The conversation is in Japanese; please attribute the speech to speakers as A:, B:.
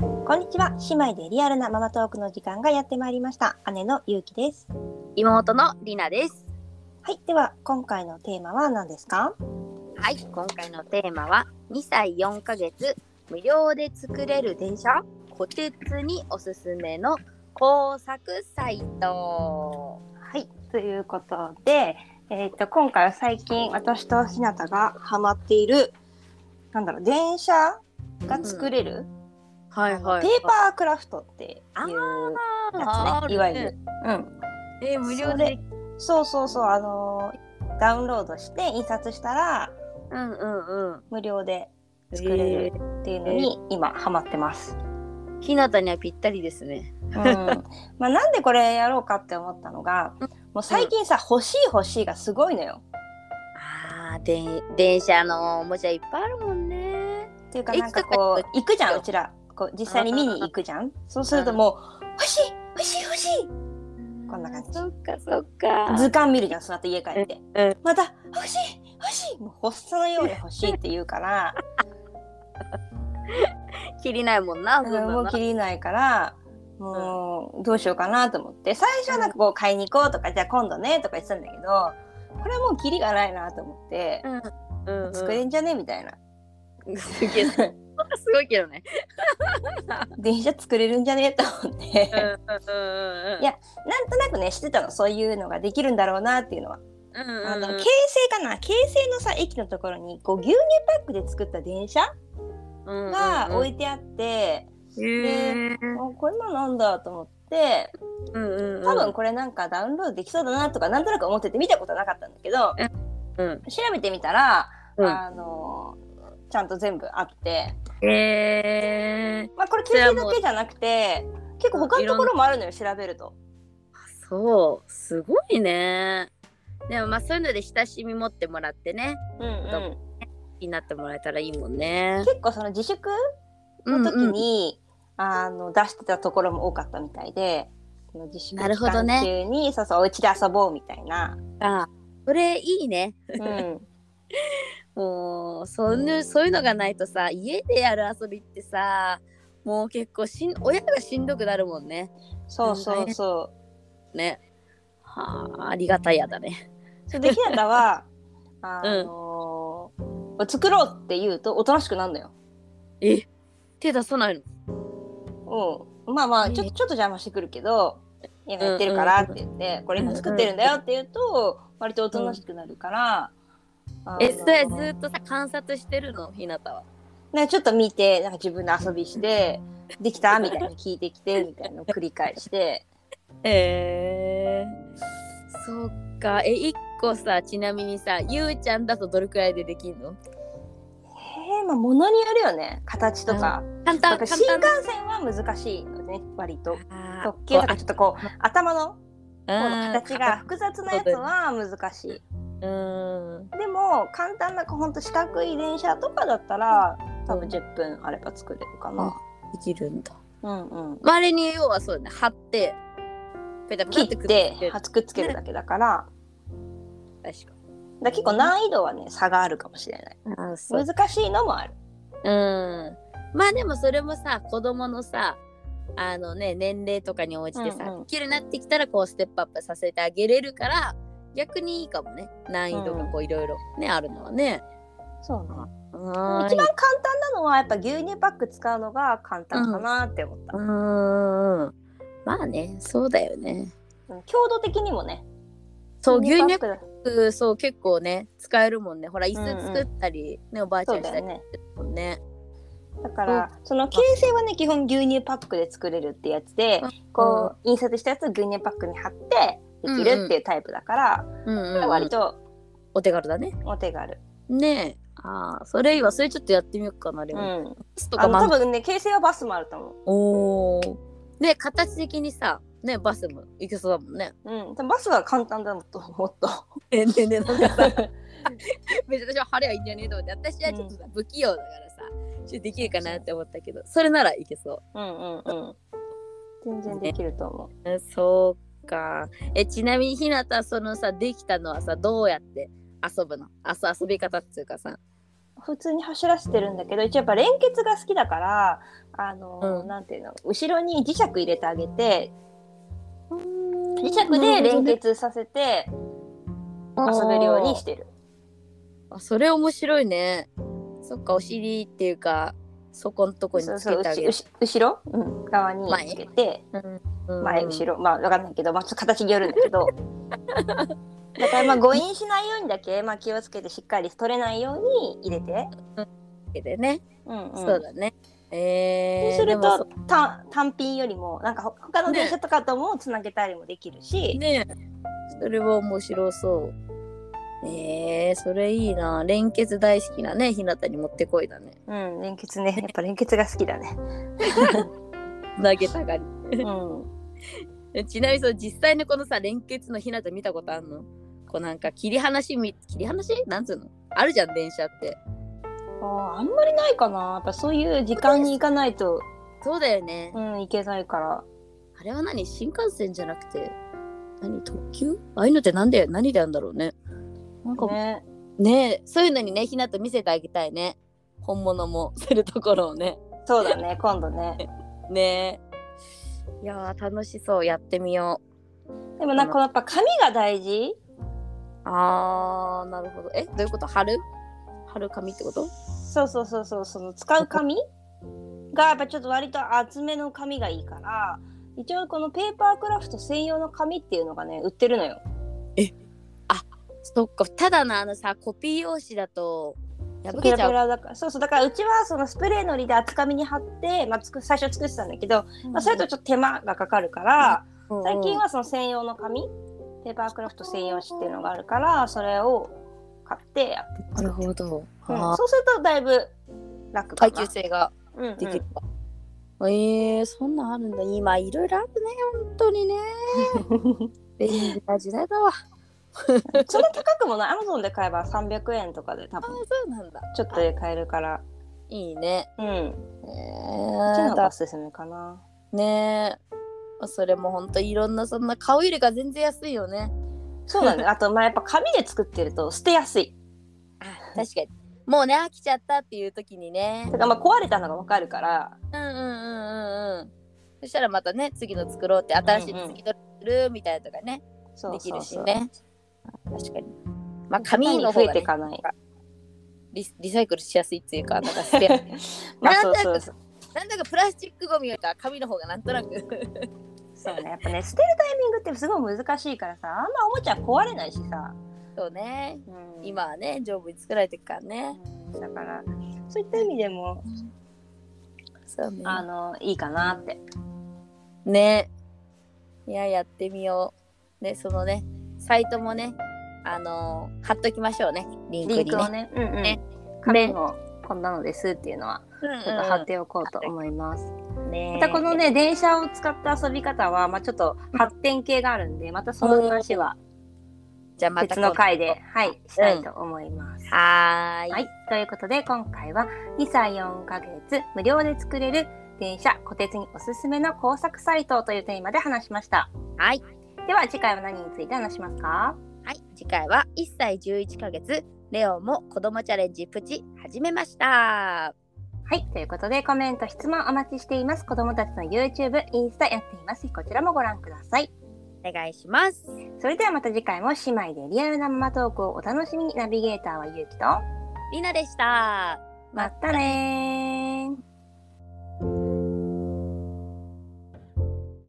A: こんにちは姉妹でリアルなママトークの時間がやってまいりました姉のゆうきです
B: 妹のりなです。
A: はいでは今回のテーマは何ですか
B: はい、今回のテーマは2歳4ヶ月無料で作れる電車こてつにおすすめの工作サイト。
A: はいということでえーっと今回は最近私とひなたがハマっているなんだろう電車が作れる、
B: は
A: ペーパークラフトっていうやつねいわゆる、うん、
B: えー無料で。
A: そうそうそう、あのーダウンロードして印刷したら
B: うんうんうん。
A: 無料で作れるっていうのに今ハマってます。
B: えー。ひなたにはぴったりですね。
A: うん、まあなんでこれやろうかって思ったのが、もう最近さ、欲しい欲しいがすごいのよ。
B: ああ、で電車のおもちゃいっぱいあるもんね。
A: っていうかなんかこう行くじゃんうちらこう実際に見に行くじゃん。そうするともう欲しい欲しい欲しいこんな感じ
B: そっかそっか。
A: 図鑑見るじゃんその後家帰って。
B: うん
A: また欲しい欲しいもう発作のように欲しいって言うから。
B: 切りないもんな。そんなの
A: もう切りないからもうどうしようかなと思って最初はなんかこう買いに行こうとかじゃあ今度ねとか言ってたんだけどこれはもうキリがないなと思って
B: うんうん。
A: 作れんじゃねみたいな
B: すげえ。 それはすごいけどね。
A: 電車作れるんじゃねと思って
B: うんうんうん。
A: いやなんとなくねしてたのそういうのができるんだろうなっていうのは
B: うんうんうん、
A: あの京成かな京成のさ駅のところにこう牛乳パックで作った電車が置
B: い
A: いてあって
B: てる。
A: あこれもなんだと思って
B: うんうんうん、
A: 多分これなんかダウンロードできそうだなとかなんとなく思ってて見たことなかったんだけど
B: うん、
A: 調べてみたら、
B: うん
A: あのちゃんと全部あって、
B: えー、
A: まあ、これ休憩だけじゃなくて結構他のところもあるのよ調べると。
B: そうすごいね。でもまあそういうので親しみ持ってもらってね
A: うんうん、
B: 気になってもらえたらいいもんね。
A: 結構その自粛の時に、あの出してたところも多かったみたいでその自粛
B: なる
A: 期
B: ほど
A: 間
B: ね
A: 中に、そうそうお家で遊ぼうみたいな。
B: うんうん、あこれいいね。
A: うん、
B: もうそういうそういうのがないとさ家でやる遊びってさもう結構しん親がしんどくなるもんね。
A: そうそうそ
B: ね。はあありがたいやだね。
A: う。それでひなた はあの作ろうって言うとおとなしくなるのよ。
B: え手出さないの
A: うん、まあまあちょ,、
B: ええ
A: ちょっと邪魔してくるけど今やってるからって言って、これ今作ってるんだよって言うと割とおとなしくなるから、あの
B: えそれずーっとさ観察してるのひなたは。
A: なんかちょっと見てなんか自分の遊びして「できた?」みたいな聞いてきてみたいなのを繰り返して
B: えー、そっかえ一個さちなみにさゆうちゃんだとどれくらいでできんの
A: えー、まあものによるよね形とか,、
B: 簡
A: な
B: 単
A: んか
B: 簡
A: 新
B: 単
A: 幹線は難しいのね割と
B: あー
A: 特急とかちょっとこう頭の
B: う
A: 方の
B: ん
A: 形が複雑なやつは難しい。
B: うん
A: でも簡単なほんと四角い電車とかだったら多分10分あれば作れるかな。
B: できるんだ
A: うんうん、
B: まああれに要はそうだね貼ってペタペタ
A: 切って
B: くっつける
A: はつくっつけるだけだからだか
B: 確から
A: 結構難易度はね差があるかもしれない
B: にあーそう
A: 難しいのもある
B: うんまあでもそれもさ子供のさあのね年齢とかに応じてさ、
A: うんうん
B: できるようになってきたらこうステップアップさせてあげれるから逆にいいかもね難易度がこういろいろね、あるのはね。
A: そうね
B: は
A: 一
B: ーい
A: 番簡単なのはやっぱ牛乳パック使うのが簡単かなって思った、
B: うーんまあねそうだよね。
A: うん強度的にもね
B: そう牛
A: パ
B: 乳
A: ックだ
B: 服そう結構ね使えるもんねほら椅
A: うんうん
B: 子作ったり、ねおばあちゃ
A: そうん
B: し
A: だ
B: た
A: よ
B: り
A: ね
B: もんね。
A: だから、その形成はね基本牛乳パックで作れるってやつで、こう印刷したやつを牛乳パックに貼ってできるっていうタイプだから、
B: うんうん
A: これは割と
B: お手軽だね。
A: お手軽、
B: ねえあーそれいいわそれちょっとやってみようかなで
A: う
B: も。
A: ん、
B: 椅子と
A: あ
B: か
A: の多
B: 漫画
A: 分ね形成はバスもあると思う
B: おお。ね形的にさ、ねバスも行けそうだもんね。
A: うん、でもバスは簡単だと思 っと。
B: ねねねなんかさ、 めちゃくちゃ晴れはいいんじゃねえと思って、私はちょっとさ、不器用だからさ、ちょっとできるかなって思ったけど、それならいけそう。
A: うんうんうん。全然できると思
B: うんそうか。えちなみにひなたそのさできたのはさどうやって遊ぶの？あそう遊び方っていうかさ、
A: う。普通に走らせてるんだけど一応やっぱ連結が好きだからあの、
B: うん
A: なんていうの後ろに磁石入れてあげて磁
B: 磁
A: 石で連結させて遊べるようにしてる。
B: あそれ面白いねそっかお尻っていうかそこのとこに
A: そう
B: つ
A: そう
B: けてあげ
A: う
B: る
A: し後ろ、うん、側につけて
B: うん
A: 前後ろまあわかんないけど、まあ、ちょっと形によるんだけど だからまあ誤飲しないようにだけ、まあ、気をつけてしっかり取れないように入れて、
B: でね、
A: うんうん、
B: そうだねえ
A: そうす
B: ー、で
A: る
B: も
A: と単単品よりもなんかほ他の電車とかともつなげたりもできるし、
B: ねそれは面白そうえー、それいいな連結大好きなね日向に持ってこいだね
A: うん、連結ねやっぱ連結が好きだね。
B: 投げたがり
A: うん
B: えちなみにその実際のこのさ連結の日向見たことあんのこうなんか切り離しみ切り離しなんつうのあるじゃん電車って
A: あーあんまりないかなやっぱそういう時間に行かないと、
B: そうだよね、
A: うん、行けないから
B: あれは何新幹線じゃなくて何特急ああいうのってなんで何でやんだろうねなんか
A: ね
B: ねえそういうのにねひなと見せてあげたいね本物もするところをね
A: そうだね今度ね
B: ねえいやー楽しそうやってみよ
A: でもなんかこのやっぱ髪が大事
B: うあーなるほどえどういうこと春春髪ってこと
A: そうそうそうそうその使う紙がやっぱちょっと割と厚めの紙がいいから一応このペーパークラフト専用の紙っていうのがね売ってるのよ
B: そっかただのあのさコピー用紙だと破
A: ペ
B: け
A: ラ
B: ちゃ
A: ペ
B: う
A: ラだからそうそうだからうちはそのスプレーのりで厚紙に貼って、まあ、つく最初作ってたんだけど、まあ、それとちょっと手間がかかるから、
B: うんうん
A: 最近はその専用の紙ペーパークラフト専用紙っていうのがあるからそれを買ってやって
B: なるほど、
A: うん
B: あー
A: そうするとだいぶ楽か
B: 耐
A: な
B: 久性が
A: うんうん
B: できるわ、えー、そんなんあるんだ今いろいろあるね本当にね便利な時代だわ
A: そんな高くもないアマゾンで買えば300円とかで多
B: あ
A: 分
B: そうなんだ
A: ちょっとで買えるから
B: いいね
A: うん
B: え
A: こっちの方
B: ー、
A: がお
B: だ
A: すすめかな
B: ねえそれも本当いろんなそんな顔よりが全然安いよね
A: そうなんだ よあとまあやっぱ紙で作ってると捨てやすい
B: 確かにもうね飽きちゃったっていう時にね
A: だからまあ壊れたのがわかるから
B: うんうんうんうんうんそしたらまたね次の作ろうって新しいの次のするみたいなとかね、
A: そう
B: でき
A: そう
B: るし
A: そう
B: ね確かにまあ
A: 紙
B: 紙
A: に
B: の
A: 増
B: 方
A: え
B: が、
A: て
B: ね
A: い、かない。
B: リリサイクルしやすいっていうかなん かスペア
A: まあ
B: なん
A: そう
B: だか
A: そうそう。
B: なんだかプラスチックゴミよりか紙の方がなんとなく
A: そうね、やっぱね、捨てるタイミングってすごい難しいからさ、あんまおもちゃ壊れないしさ。
B: そうね
A: うん
B: 今はね丈夫に作られてるからね
A: うんだから、そういった意味でも、
B: そうね
A: あの、いいかなって。
B: ねいややってみようねそのねサイトもねあのー貼っときましょうねリンク
A: リ
B: に
A: ンクを
B: ね
A: ね、うんうん
B: ね
A: 紙もこんなのですっていうのは、
B: うんうん
A: ちょっと貼っておこうと思います。
B: ね
A: またこのね、電車を使った遊び方は、まあちょっと発展系があるんで、またその話は
B: じゃあまた
A: 別の回で
B: 今、
A: はい、したいと思います。
B: 度はーい
A: はい、ということで今回は2歳4ヶ月無料で作れる電車小鉄におすすめの工作サイトというテーマで話しました
B: はい、
A: では次回は何について話しますか
B: はい次回は1歳11ヶ月レオも子供チャレンジプチ始めました
A: はいということでコメント質問お待ちしています子どもたちの YouTube インスタやっていますこちらもご覧ください
B: お願いします
A: それではまた次回も姉妹でリアルなママトークをお楽しみにナビゲーターはゆうきと
B: りなでした
A: まったねー